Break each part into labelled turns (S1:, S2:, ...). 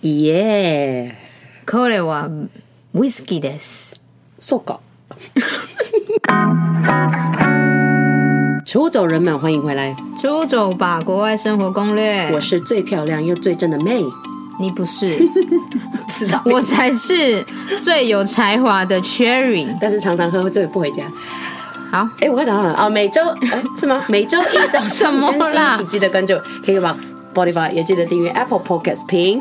S1: 耶、
S2: これはウイスキーです。
S1: そうか。出走人们，欢迎回来！
S2: 出走吧，国外生活攻略。
S1: 我是最漂亮又最正的妹，
S2: 你不是，
S1: 知道
S2: 我才是最有才华的 Cherry。
S1: 但是常常喝醉不回家。
S2: 好，
S1: 哎、我刚讲了哦，每周、哎是吗？每周一早
S2: 什
S1: 上
S2: 么
S1: 更新
S2: 啦
S1: 一起，记得关注 KBox、Spotify，也记得订阅 Apple Podcast 评，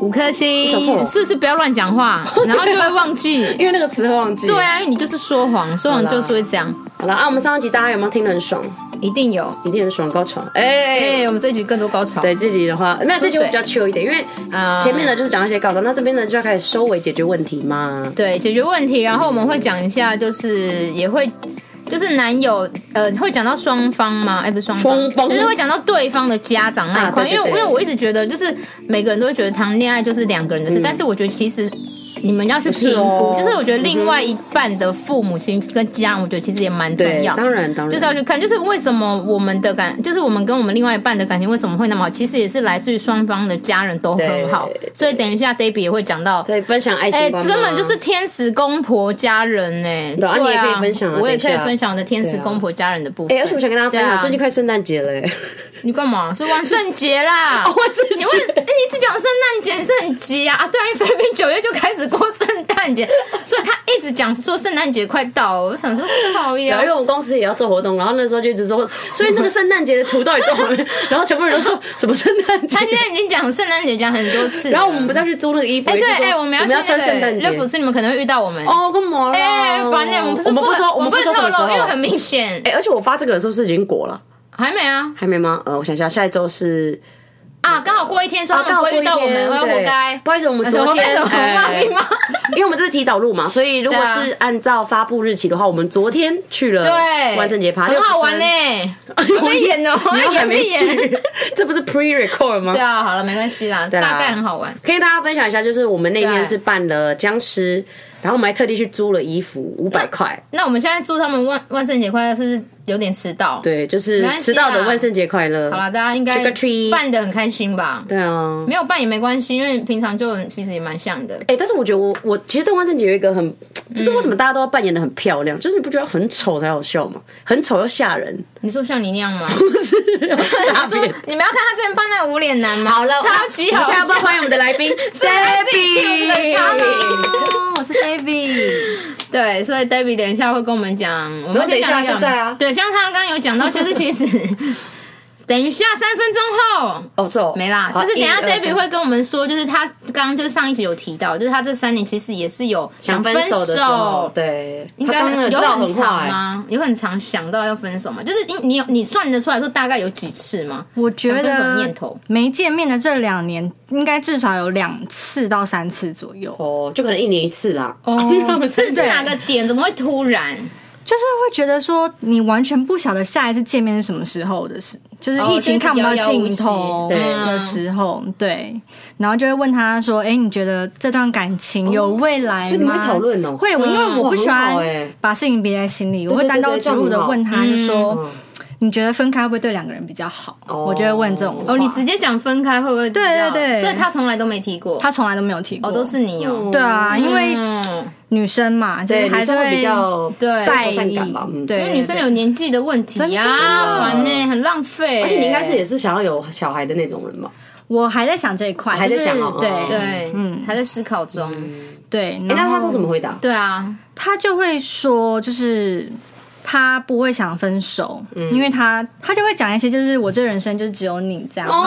S2: 五颗
S1: 讲错了
S2: 星，是不是不要乱 讲话，然后就会忘记。
S1: 因为那个词会忘记。
S2: 对，啊，因为你就是说谎，说谎就是会这样，
S1: 好了啊，我们上一集大家有没有听得很爽？
S2: 一定有。
S1: 一定很爽，高潮！哎、
S2: 哎，我们这局更多高潮。
S1: 对这集的话，那这集会比较 chill 一点，因为
S2: 啊
S1: 前面的就是讲一些告诉，那这边呢就要开始收尾解决问题嘛。
S2: 对，解决问题，然后我们会讲一下，就是也会。就是男友，呃，会讲到双方吗？哎、不是双方，
S1: 双方
S2: 就是会讲到对方的家长那一块、
S1: 啊对对
S2: 因为
S1: 对
S2: 因为我一直觉得，就是每个人都会觉得谈恋爱就是两个人的事，但是我觉得其实你们要去评
S1: 嗯是
S2: 估，
S1: 哦
S2: 就是我觉得另外一半的父母亲跟家人，我觉得其实也蛮重
S1: 嗯对，
S2: 要。
S1: 当然当然，
S2: 就是要去看，就是为什么我们的感，就是我们跟我们另外一半的感情为什么会那么好，其实也是来自于双方的家人都很好
S1: 对对。
S2: 所以等一下 Debbie 也会讲到，
S1: 可以分享爱
S2: 哎、
S1: 情观吗、
S2: 根本就是天使公婆家人呢、
S1: 对啊
S2: 啊，
S1: 你也可以分享啊
S2: 我也
S1: 等
S2: 可
S1: 一
S2: 以
S1: 下
S2: 分享我的天使公婆家人的部分。
S1: 哎、而且我想跟大家分享，
S2: 对啊
S1: 最近快圣诞节 了、哎
S2: 你干嘛？是万圣节 啦！
S1: 哦万圣节
S2: 你问，哎、你一直讲圣诞节、圣诞节啊？啊 对啊，因为菲律宾九月就开始过圣诞节， 所以他一直讲说圣诞节快到了。我想说，好
S1: 然后因为
S2: 呀，
S1: 我们公司也要做活动，然后那时候就一直说，所以那个圣诞节的图到底做 完了，然后全部人都说什么圣诞节
S2: 他，现在已经讲圣诞节讲很多次了。
S1: 然后我们不是要去租那个衣服，
S2: 哎、
S1: 也
S2: 对
S1: 是说
S2: 哎、
S1: 我
S2: 我们要去
S1: 穿圣
S2: 那
S1: 诞
S2: 个
S1: 节
S2: 乐。福村，你们可能会遇到我们。
S1: 哦，干嘛啦？
S2: 哎，烦呢！我们不是
S1: 我们不说，
S2: 我
S1: 们
S2: 不
S1: 不说什么时候啊
S2: 透露，因为很明显。
S1: 哎、而且我发这个的时候是已经果了，
S2: 还没啊
S1: 还没吗？呃，我想一下，下一周是
S2: 啊，刚好过一天，所以
S1: 啊，刚
S2: 他们不
S1: 好
S2: 会遇到我
S1: 过一
S2: 们，
S1: 天
S2: 我活
S1: 对
S2: 该。
S1: 不好意思，我们
S2: 什
S1: 昨
S2: 么
S1: 天
S2: 为什么
S1: 哎
S2: 骂兵吗？
S1: 因为我们这是提早录嘛，所以如果
S2: 对啊
S1: 是按照发布日期的话，我们昨天去了
S2: 对，
S1: 万圣节趴，
S2: 很好玩 呢
S1: 呢。，哎
S2: 我被演哦，
S1: 你又还
S2: 演
S1: 没
S2: 被演。
S1: 去， 这不是 pre record 吗
S2: 对？啊，好了，没关系啦，
S1: 啦
S2: 大概很好玩。
S1: 可以跟大家分享一下，就是我们那天
S2: 对
S1: 是扮了僵尸，然后我们还特地去租了衣服，五百块。
S2: 那我们现在祝他们万万圣节快乐，是不是有点迟到？，
S1: 对，就是
S2: 没关系
S1: 迟到的
S2: 啦
S1: 万圣节快乐。
S2: 好啦，大家应该
S1: Trick or treat
S2: 办的很开心吧？
S1: 对啊，
S2: 没有办也没关系，因为平常就其实也蛮像的。
S1: 哎、但是我觉得我我其实对万圣节有一个很，
S2: 嗯
S1: 就是为什么大家都要扮演的很漂亮，就是你不觉得很丑才好笑吗？很丑又吓人，
S2: 你说像你那样 吗？
S1: 不是？我是大
S2: 你说
S1: 便
S2: 你们要看他之前扮那个无脸男吗？
S1: 好了，
S2: 超级好
S1: 我们现在要不要
S2: 笑。
S1: 欢迎我们的来 宾 Debbie？
S3: Hello，我是
S1: 哦
S3: Baby。
S2: 对，所以 Debbie 等一下会跟我们讲，我们
S1: 等一下
S2: 先讲
S1: 现在啊
S2: 对，像他刚刚有讲到，就是 其实等一下三分钟后。
S1: 哦，是哦，
S2: 没啦，
S1: 好
S2: 就是等一下
S1: 一二三
S2: David 会跟我们说，就是他刚刚就是上一集有提到，就是他这三年其实也是有
S1: 想分
S2: 分
S1: 手的时候
S2: 手，
S1: 对，
S2: 应
S1: 他
S2: 该
S1: 刚刚
S2: 有
S1: 绕
S2: 很
S1: 很
S2: 长
S1: 快，
S2: 吗？有很长想到要分手吗？就是你你有你算得出来说大概有几次吗？
S3: 我觉
S2: 想分手的念
S3: 得
S2: 头
S3: 没见面的这两年，应该至少有两次到三次左右，
S1: 哦，就可能一年一次啦。 他
S2: 哦
S1: 们
S2: 是是
S3: 对
S2: 哪个点？怎么会突然？
S3: 就是会觉得说你完全不晓得下一次见面是什么时候的事，就是
S2: 哦
S3: 疫情看不到尽头
S2: 就是遥遥无期
S1: 嗯
S3: 的时候，对，然后就会问他说：“哎，你觉得这段感情有未来吗？”
S1: 哦所以你们会讨论哦
S3: 会，我因为我不喜
S1: 哇很
S3: 欢
S1: 好欸
S3: 把事情憋在心里，我
S1: 对
S3: 会
S1: 对
S3: 单刀
S1: 对
S3: 直入
S1: 这样
S3: 的
S1: 很好
S3: 问他，就说
S1: 嗯：“
S3: 你觉得分开会不会对两个人比较好？”
S1: 哦
S3: 我就会问这种话
S2: 哦，你直接讲分开会不会比较？
S3: 对对对
S2: 所以他从来都没提过，
S3: 他从来都没有提过，
S2: 哦都是你哦，
S3: 对啊，因为
S2: 嗯，
S3: 女生嘛，就是
S1: 对，
S3: 还
S1: 还
S3: 是
S1: 是会比较。
S2: 对，
S3: 在
S1: 有善
S3: 意
S1: 感吧嗯，
S3: 对，
S2: 因为女生
S3: 对
S2: 有年纪的问题呀，烦呢，很浪费。
S1: 而且你应该是也是想要有小孩的那种人吧？
S3: 我还在想这一块，
S1: 还在
S3: 就是
S1: 想哦哦哦
S3: 对
S2: 对，嗯，还在思考中。
S3: 对。
S1: 哎，
S3: 然
S1: 那
S3: 后
S1: 他都怎么回答？
S2: 对 啊，
S3: 他就会说，就是他不会想分手，
S1: 嗯
S3: 因为他他就会讲一些，就是我这人生就只有你这样。
S1: 哦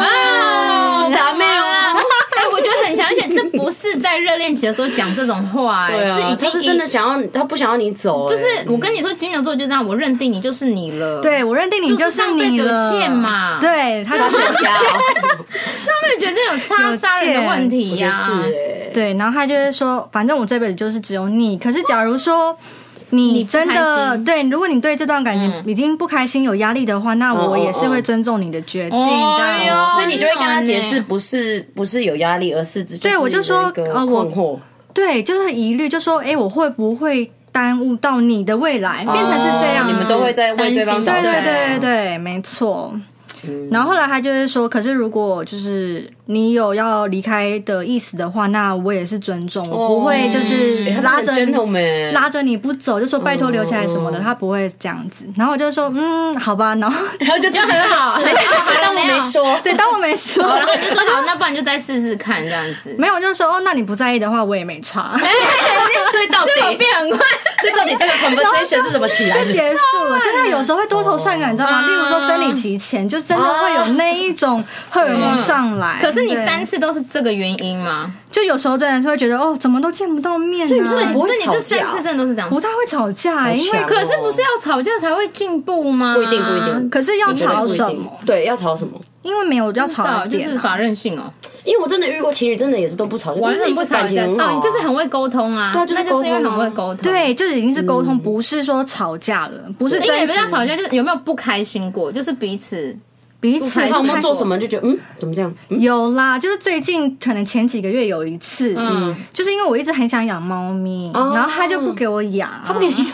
S2: 打妹哦。哎，我觉得很强，而且这不是在热恋期的时候讲这种话，哎，
S1: 对啊
S2: 已
S1: 他
S2: 经
S1: 是
S2: 已
S1: 真的想要，他不想要你走，哎就
S2: 就是我跟你说，金牛座就这样，我认定你就是你了。，
S3: 对我认定你
S2: 就是
S3: 是你
S2: 上辈子
S3: 了，
S2: 有欠嘛
S3: 对，他
S1: 他
S3: 就
S1: 想家哦，
S2: 他们觉得有差
S3: 有
S2: 杀人的问题
S1: 也
S2: 呀。
S1: 是哎。
S3: 对，然后他就会说，反正我这辈子就是只有你。可是假如说你
S2: 不
S3: 真
S2: 开
S3: 的
S2: 心
S3: 对，如果你对这段感
S1: 嗯
S3: 情已经不开心、有压力的话，那我也是会尊重你的决定，
S1: 嗯
S2: 哦
S3: 这
S2: 哎
S3: 样
S2: 呦
S3: 子。
S1: 所以你就会跟他解释，不是不是有压力，而是对
S3: 对我就说
S1: 困
S3: 呃我
S1: 惑，
S3: 对，就是疑虑，就说哎，我会不会耽误到你的未来，变成是这样
S1: 哦你
S3: 子？
S1: 们都会啊在为对方着
S2: 担
S3: 对
S2: 心
S1: 想，嗯
S3: 对对对，没错。然后后来他就是说，可是如果就是你有要离开的意思的话，那我也是尊重，我不会就是
S1: 哦欸他
S3: 拉
S1: 真
S3: 着
S1: 的
S3: 你、
S1: 很 gentleman，
S3: 拉着你不走，就说拜托留下来什么的，
S1: 嗯
S3: 他不会这样子。然后我就说嗯，好吧，然后，
S1: 然后就就
S2: 很 好，很
S1: 就是
S2: 好，
S1: 当我
S2: 没
S1: 没
S2: 有。
S1: 说
S3: 对，当我没说，
S2: 哦然后就说好，那不然就再试试看这样 子。
S3: 没有，我就说哦，那你不在意的话，我也没 差，
S1: 所以到
S2: 这有
S1: 底
S2: 变很快，
S1: 所以到底这个 conversation 是怎么起来
S3: 就
S1: 的？
S3: 结束了。真的有时候会多愁善感，你知道吗？
S2: 嗯
S3: 例如说生理期前，就真的会有那一种荷尔蒙上来。
S2: 嗯可是你
S3: 对
S2: 三次都是这个原因吗？
S3: 就有时候真的是会觉得哦，怎么都见不到面
S1: 所以
S3: 啊，
S1: 你
S2: 所以你
S1: 嗯不会
S2: 所以你这
S1: 吵架
S2: 三次真的都是这样
S3: 不。太会吵架，因为
S1: 好强
S2: 可是不是要吵架才会进步吗？
S1: 不一定不一定
S3: 可是要
S1: 我觉得
S3: 吵
S1: 不一
S3: 什
S1: 定
S3: 么？？
S1: 对，要吵什么？
S3: 因为没有要吵
S2: 对啊
S3: 的
S2: 就
S3: 点
S2: 是
S3: 啊。
S2: 耍任性哦，
S1: 因为我真的遇过情侣，真的也是都不吵架，
S2: 完全
S1: 但是
S2: 不
S1: 一直感
S2: 吵
S1: 情
S2: 架，
S1: 很好啊
S2: 哦，你就是很会沟通啊，
S1: 对啊就是
S2: 那就是因为
S1: 沟通
S2: 很
S1: 啊
S2: 会沟通，，
S3: 对，就是已经是沟通，不是说吵架了，不是
S2: 因为也
S3: 真
S2: 不叫
S3: 的
S2: 吵架，就是有没有不开心过，就是彼此
S3: 彼此
S1: 看我们做什
S3: 么。
S1: 么就觉得嗯，怎么这样？ 嗯
S3: 有啦，就是最近可能前几个月有一次，
S2: 嗯
S3: 就是因为我一直很想养猫咪，
S1: 哦
S3: 然后他就不给我养，
S1: 他不给你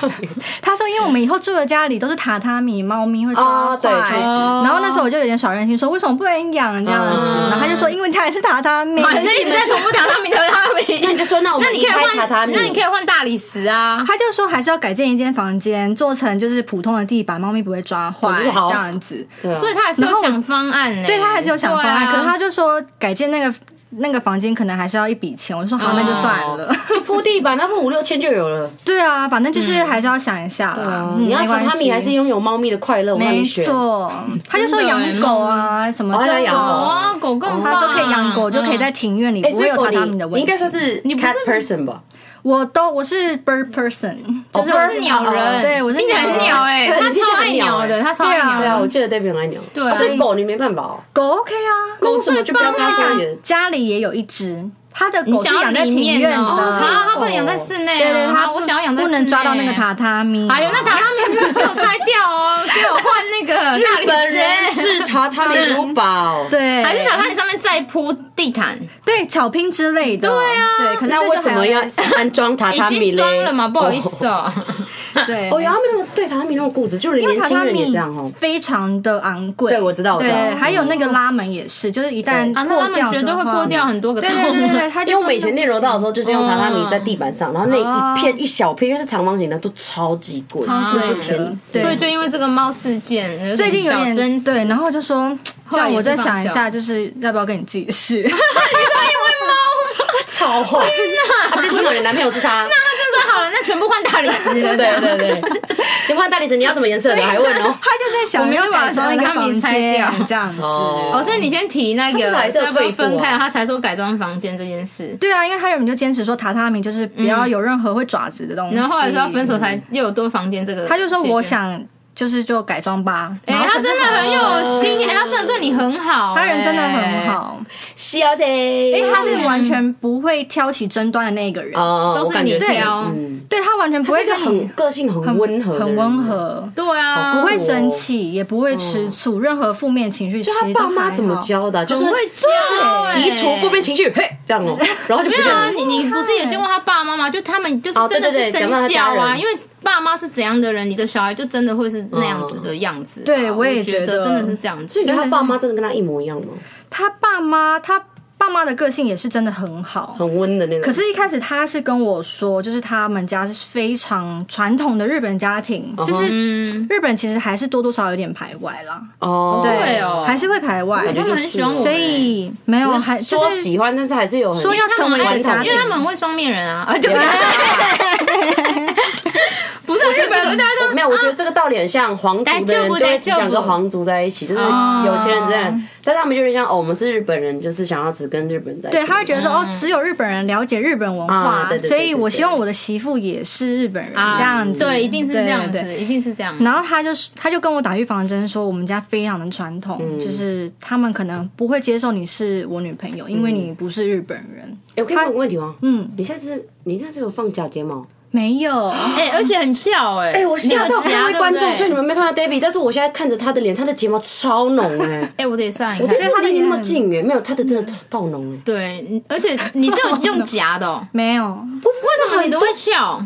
S3: 他说因为我们以后住的家里都是榻榻米，猫咪会抓
S1: 哦对
S3: 坏
S1: 确实
S2: 哦
S3: 然后那时候我就有点小任性，说为什么不能养这样子？
S1: 嗯
S3: 然后他就说因为家里是榻榻 米，
S2: 反正一直在重复榻榻米，榻榻米。
S1: 那你就说那我
S2: 那
S1: 们
S2: 你可以
S1: 离开
S2: 换，
S1: 榻榻米，
S2: 那你可以换大理石啊。
S3: 他就说还是要改建一间房间，做成就是普通的地板，猫咪不会抓
S1: 我
S3: 坏
S1: 就好
S3: 这样子。
S1: 对啊
S2: 所以他还是有想方案呢、
S3: 对他还是有想方案，
S2: 对啊
S3: 可是他就说改建那个那个房间可能还是要一笔钱，我就说好，
S1: 哦
S3: 那就算了。
S1: 就铺地板，那不五六千就有了。
S3: 对啊，反正
S2: 嗯
S3: 就是还是要想一下
S1: 对
S3: 啦
S1: 啊。，
S3: 嗯
S1: 你要
S3: 没关
S1: 榻
S3: 系
S1: 榻米还是拥有猫咪的快乐？我让
S3: 没
S1: 你选。
S3: 错，他就说养狗啊什么
S1: 哦
S3: 就
S1: 要养
S2: 嗯狗嗯
S1: 狗
S2: 啊，狗更棒、
S3: 他说可以养狗，就可以在庭院里
S1: 哎，
S3: 不
S1: 所
S3: 会
S1: 以
S3: 有
S1: 果
S3: 榻
S1: 你
S3: 榻米的
S1: 你
S3: 问
S1: 应
S3: 题
S1: 该。说是
S2: 你不是
S1: cat person 吧？
S3: 我都我是 bird person，
S1: 哦
S3: 就
S1: bird
S2: 嗯。
S3: 是
S2: 我是鸟人，
S1: 哦
S3: 对我是
S2: 听起来很鸟
S3: 鸟
S2: 哎、
S1: 对
S2: 他
S1: 你听起
S2: 超
S1: 来
S2: 爱
S1: 很鸟
S2: 鸟的，
S1: 哎
S2: 他超爱
S3: 对啊
S2: 鸟
S1: 对啊，
S2: 的。
S1: 我记得 d a v 很爱鸟，
S2: 对啊
S1: 哦所以狗你没办法哦。
S3: 狗 OK 啊，
S1: 那为什么就不要跟他说你的
S3: 家里也有一只，他的
S2: 你
S3: 狗是
S2: 想要
S3: 养在
S2: 里
S3: 庭
S2: 面
S3: 院
S2: 哦，啊，
S3: 的，
S2: 他不能养在室内、哦，
S3: 对对，
S2: 啊
S3: 他
S2: 我想要养在
S3: 不
S2: 室内，
S3: 能抓到那个。榻榻米。
S2: 哎呦，那榻榻米给我拆掉哦，给我换那 个大理
S1: 本人
S2: 石，
S1: 是榻榻米如宝，
S3: 对，
S2: 还是榻榻米上面再铺地毯？
S3: 对巧拼之类的，对
S2: 啊
S3: 对，可是
S1: 那
S3: 这
S1: 为
S3: 就
S1: 什么
S3: 还
S1: 要安装榻榻
S2: 已
S1: 米
S2: 经装
S1: 嘞？
S2: 了嘛，不好意思
S1: 哦。
S2: 哦。
S3: 对？
S1: 哦，原来他们那么对榻榻米那么固执，就连
S3: 因为
S1: 年
S3: 榻
S1: 轻
S3: 榻
S1: 人也这样
S3: 米
S1: 哦。
S3: 非常的昂贵，
S1: 对我知道我知道
S3: 对，
S1: 嗯
S3: 还有那个拉门也是，就是一旦
S2: 啊，那
S3: 破
S2: 他
S3: 掉
S2: 们绝对
S3: 的
S2: 会
S3: 话
S2: 破掉。很多个
S3: 对
S2: 洞。
S3: 对 对对，他就
S1: 因为我们
S3: 说
S1: 以前练柔道的时候，就是用榻榻米在地板上，然后那
S3: 哦
S1: 一片一小片，因为是长方形的，都超级贵，
S3: 超
S1: 那
S3: 贵的
S1: 就天，
S3: 嗯对
S2: 所以就因为这个猫事件，
S3: 最近有
S2: 小
S3: 点
S2: 争执
S3: 对，然后我就说，这样
S2: 也
S3: 我
S2: 是
S3: 再
S2: 放
S3: 想一
S2: 下
S3: 下，就是要不要跟你 继续？
S1: 超坏。他就幸好你男朋友是他，
S2: 他真说好了，那全部换大理石了。
S1: 对对对。就换大理石，你要什么颜色的？还问哦。
S3: 他就在
S2: 我
S3: 想
S2: 们
S3: 要
S2: 就把
S3: 改装一个
S2: 榻榻
S3: 房
S2: 米拆掉
S3: 间这样子。
S1: 哦
S2: 哦，所以你先提那个
S1: 他至少还是有
S2: 要不要
S1: 退步啊
S2: 分开，他才说改装房间这件事。
S3: 对啊，因为他原本就坚持说榻榻米就是不要有任何会爪子的东西，
S2: 嗯然后后来说要分手
S1: 嗯
S2: 才又有多房间这个，
S3: 他就说我。想就是就改装吧，
S2: 哎、
S3: 然后
S2: 他
S3: 想说
S2: 真的很有心哎、他真的对你很好、
S3: 他人真的
S2: 哎
S3: 很，好，
S1: 小姐，
S3: 因为哎他是完全不会挑起争端的那个人，
S1: 哦，
S2: 都
S1: 我
S2: 是
S1: 感
S2: 你
S1: 觉是
S2: 挑
S1: 嗯，
S3: 对他完全不
S1: 他是
S3: 会
S1: 一个
S3: 跟
S1: 很
S3: 你
S1: 个性很
S3: 很
S1: 温和，哦
S3: 很温。和，
S2: 对啊，
S3: 不
S1: 好酷
S3: 会生气，也不会吃醋，任何负面情绪其
S1: 哦就他
S3: 实都
S1: 爸妈
S3: 还
S1: 怎么
S3: 好？
S1: 教的啊？就是
S2: 很会教哎、
S1: 移除负面情绪，嘿，这样哦，然后就不
S2: 对
S1: 见
S2: 啊，
S1: 了。
S2: 你你不是也见过他爸妈吗？就他们就是
S1: 哦
S2: 真的
S1: 对
S2: 是
S1: 对对
S2: 身
S1: 讲到他
S2: 教
S1: 家
S2: 啊，
S1: 人
S2: 因为爸妈是怎样的人，你的小孩就真的会是那样子的样子啊。
S3: 对我
S2: 我
S3: 也
S2: 觉
S3: 觉得
S2: 真的是这样子
S1: 所以。你觉得他爸妈真的跟他一模一样吗？
S3: 他爸妈他爸妈的个性也是真的很好。
S1: 很温的那种。
S3: 可是，一开始他是跟我说，就是他们家是非常传统的日本家庭，就是
S2: 嗯，
S3: 日本其实还是多多少少有点排外啦，
S1: 哦，
S2: 对哦
S3: 还是会排外，
S1: 感觉
S2: 他
S1: 就
S2: 们
S1: 是
S2: 很喜欢我们欸，
S3: 所以没有
S1: 只
S3: 还
S1: 是
S3: 就
S1: 说
S3: 是
S1: 喜欢，但是还是有很
S3: 说要
S2: 他
S3: 成为
S2: 们
S3: 一
S2: 爱讲
S3: 个家
S1: 传统
S2: 因为他
S3: 庭。
S2: 们很会双面人啊，啊就不是日本人，大家都
S1: 没有，我觉得这个道理很像皇族的人就会只想跟皇族在一起，就是有钱人之间，但是他们就是像哦，我们是日本人，就是想要只跟日本人在一起。
S3: 对，他会觉
S2: 嗯
S3: 得说、哦，只有日本人了解日本文化，
S1: 啊对对对
S3: 所以
S1: 对对
S3: 我希望我的媳妇也是日本人、
S2: 啊
S3: 这样子。
S2: 对，一定是这样
S3: 对
S2: 子，一定是这样。
S3: 然后他就是，他就跟我打预防针，说我们家非常的传统，
S2: 嗯
S3: 就是他们可能不会接受你是我女朋友，
S2: 嗯
S3: 因为你不是日本人。
S1: 诶我可以问个问题吗？嗯，你下次你下次有放假睫毛？
S3: 没有，
S2: 哎，而且很翘哎，
S1: 啊哎，我
S2: 你有
S1: 吓到
S2: 夹
S1: 各位观众，所以
S2: 对
S1: 你
S2: 不对？
S1: 们没看到 David，但是我现在看着他的脸，他的睫毛超浓哎，
S2: 哎，我得上一
S1: 我
S2: 看
S1: 对。他离那么近哎，没有他的真的到浓哎，
S2: 对，而且你是有用夹的哦，
S3: 没有，
S1: 不是为
S2: 为什么你都会翘？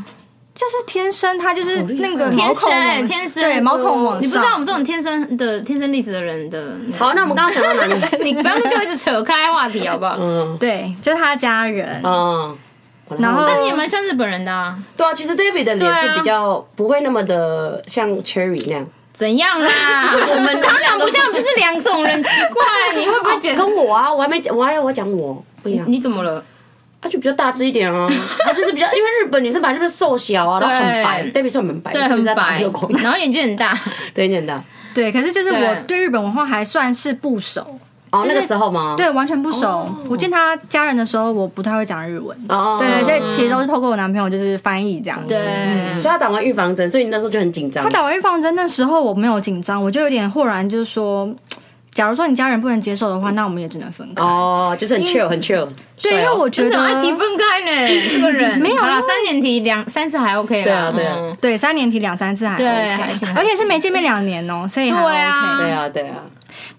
S3: 就是天生他就是那个
S2: 天
S3: 毛孔
S2: 生
S3: 往
S2: 天生
S3: 对毛孔往上，
S2: 你不知道我们这种天生的天生丽质的人的那个，
S1: 好，那我们刚刚讲到哪里？
S2: 你不要跟我一直扯开话题好不好？
S1: 嗯
S3: 对，就是他家人，
S2: 哦
S1: 嗯，
S3: 然后
S2: 但你也蛮像日本人的啊，
S1: 对啊，其实 David 的脸
S2: 啊
S1: 是比较不会那么的像 Cherry 那样，
S2: 怎样啦？
S1: 我们
S2: 当然不像，就是两种人，奇怪，你会不会觉得
S1: 跟我啊，我还没讲，我还我讲我不一样，
S2: 你怎么了？
S1: 他就比较大只一点啊，他就是比较，因为日本女生本来就是瘦小啊，然后很白
S2: 对
S1: ，David 算蛮白的，
S2: 对，
S1: 就是
S2: 很
S1: 在打
S2: 白
S1: 这个广，告
S2: 然后眼睛很大，
S1: 对，很简单。
S3: 对，可是就是
S2: 对
S3: 我对日本文化还算是不熟，
S1: 哦，那个时候吗？
S3: 对，完全不熟。
S2: 哦
S3: 我见他家人的时候，我不太会讲日文，
S1: 哦，
S3: 对，所
S1: 所以
S3: 以其实都是透过我男朋友就是翻译这样子。
S2: 嗯
S3: 嗯
S2: 对，
S1: 所以他打完预防针，所以你那时候就很紧张
S3: 他。打完预防针的时候，我没有紧张，我就有点豁然，就是说，假如说你家人不能接受的话，那我们也只能分开。
S1: 哦，就是很 chill，很 chill。啊
S3: 对，因为我觉
S2: 哦真的
S3: 得
S2: 爱提分开 呢，这个人没
S3: 有
S2: 啦，
S3: 因为
S2: 三年提两三次还 OK 啦，
S1: 对啊对啊
S2: 嗯
S3: 对三年提两三次还 OK，
S2: 对还行
S3: 而且是没见面两年哦、所以还 OK。
S2: 对啊
S1: 对啊，对啊，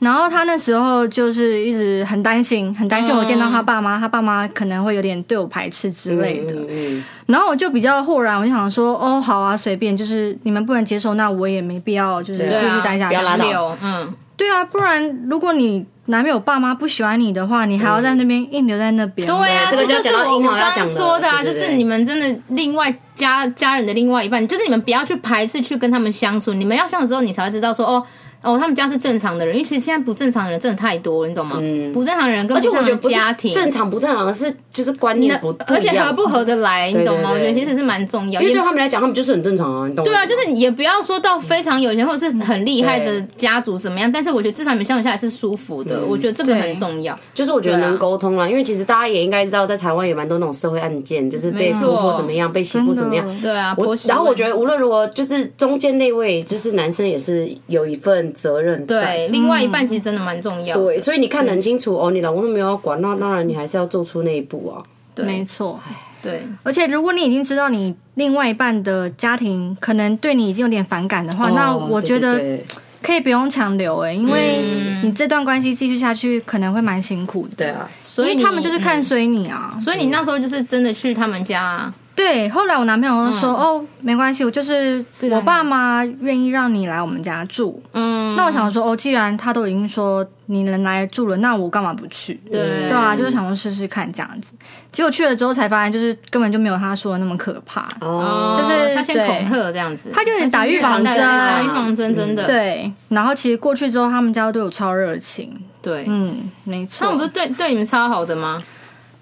S3: 然后他那时候就是一直很担心，很担心我见
S2: 嗯
S3: 到他爸妈，他爸妈可能会有点对我排斥之类的。
S1: 嗯，嗯
S3: 然后我就比较豁然，我就想说，哦，好啊，随便，就是你们不能接受，那我也没必要就是
S1: 对
S3: 继
S1: 啊
S3: 续待下
S1: 不要拉
S3: 去。
S1: 倒
S2: 六，嗯，
S3: 对啊，不然如果你男朋友爸妈不喜欢你的话，你还要在那边硬留在那边。
S2: 对啊，
S1: 这个就
S2: 就是
S1: 讲到
S2: 我我
S1: 樱桃
S2: 刚
S1: 要讲
S2: 刚
S1: 的
S2: 说的啊，
S1: 对
S2: 就
S1: 对对
S2: 是你们真的另外家家人的另外一半，就是你们不要去排斥去跟他们相处，你们要相处之后，你才会知道说哦。哦，他们家是正常的人，因为其实现在不正常的人真的太多了，你懂吗？不正常的人跟
S1: 嗯而
S2: 不
S1: 且我觉得
S2: 正常的
S1: 不是
S2: 家庭，
S1: 正常不正常，是就是观念不，不
S2: 而
S1: 一
S2: 且
S1: 样
S2: 合不，合得来，你懂吗？我
S1: 对对对
S2: 觉得其实是蛮重要，
S1: 因为
S2: 也
S1: 对他们来讲，他们就是很正常啊，你懂吗？
S2: 对啊，就是也不要说到非常有钱或者是很厉害的
S1: 对
S2: 家族怎么样，但是我觉得至少你们相处下来是舒服的，我觉得这个很重要。
S1: 就是我觉得
S2: 对啊
S1: 能沟通啦，因为其实大家也应该知道，在台湾也蛮多那种社会案件，就是被
S2: 错
S1: 突破怎么样，被欺负怎么样。
S3: 真的
S2: 对啊，
S1: 我
S2: 婆媳
S1: 然后我
S2: 问
S1: 觉得无论如何，就是中间那位，就是男生也是有一份责任在。
S2: 对另外一半其实真的蛮重要的。
S1: 对，所以你看得很清楚哦，你老公都没有要管，那当然你还是要做出那一步啊。
S3: 没错。
S2: 对
S3: 而且如果你已经知道你另外一半的家庭可能对你已经有点反感的话，那
S1: 哦
S3: 我
S1: 对
S3: 觉得
S1: 对
S3: 可以不用强留哎、因为
S2: 嗯
S3: 你这段关系继续下去可能会蛮辛苦的。
S1: 对啊，
S2: 所以
S3: 因为
S2: 你
S3: 他们就是看
S2: 嗯
S3: 衰你啊，
S2: 所以你那时候就是真的去他们家啊，
S3: 对，后来我男朋友就说：“
S2: 嗯
S3: 哦，没关系，我就是
S2: 是啊
S3: 我爸妈愿意让你来我们家住。
S2: 嗯，
S3: 那我想说，哦，既然他都已经说你能来住了，那我干嘛不去？对
S2: 对
S3: 啊，就是想说试试看这样子。结果去了之后才发现，就是根本就没有他说的那么可怕。
S1: 哦，
S3: 就
S2: 嗯
S3: 是
S2: 他先
S3: 对
S2: 恐吓这样子，
S3: 他就有点打预
S1: 防针
S2: 打预防针真的，
S3: 对，然后其实过去之后，他们家对我超热情。
S2: 对。
S3: 嗯，没错。
S2: 他们不是对对你们超好的吗？